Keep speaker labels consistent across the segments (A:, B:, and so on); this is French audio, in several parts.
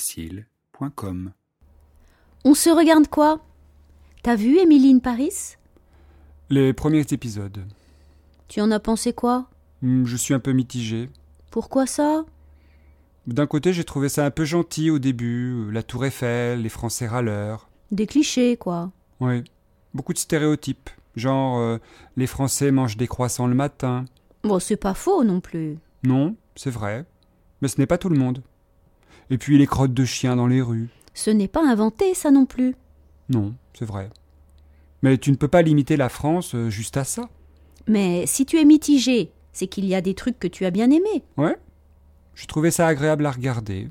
A: podcastfrancaisfacile.com
B: On se regarde quoi T'as vu Emily in Paris
C: Les premiers épisodes.
B: Tu en as pensé quoi
C: Hmm, Je suis un peu mitigé.
B: Pourquoi ça
C: D'un côté, j'ai trouvé ça un peu gentil au début, euh, la Tour Eiffel, les Français râleurs.
B: Des clichés, quoi.
C: Oui. Beaucoup de stéréotypes, genre euh, les Français mangent des croissants le matin.
B: Bon, c'est pas faux non plus.
C: Non, c'est vrai. Mais ce n'est pas tout le monde. Et puis les crottes de chiens dans les rues.
B: Ce n'est pas inventé, ça non plus.
C: Non, c'est vrai. Mais tu ne peux pas limiter la France euh, juste à ça.
B: Mais si tu es mitigé, c'est qu'il y a des trucs que tu as bien aimés.
C: Ouais. Je trouvais ça agréable à regarder.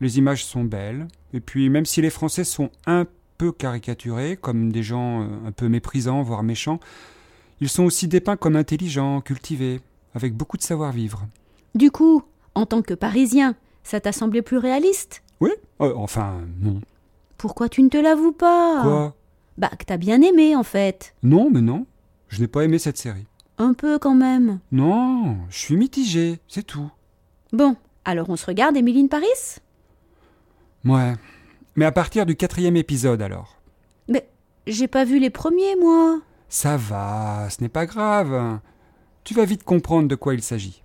C: Les images sont belles. Et puis, même si les Français sont un peu caricaturés, comme des gens euh, un peu méprisants, voire méchants, ils sont aussi dépeints comme intelligents, cultivés, avec beaucoup de savoir-vivre.
B: Du coup, en tant que Parisien, ça t'a semblé plus réaliste
C: Oui Euh, Enfin, non.
B: Pourquoi tu ne te l'avoues pas
C: Quoi
B: Bah, que t'as bien aimé, en fait.
C: Non, mais non. Je n'ai pas aimé cette série.
B: Un peu quand même.
C: Non, je suis mitigé, c'est tout.
B: Bon, alors on se regarde Emily in Paris
C: Ouais. Mais à partir du quatrième épisode, alors.
B: Mais j'ai pas vu les premiers, moi.
C: Ça va, ce n'est pas grave. Tu vas vite comprendre de quoi il s'agit.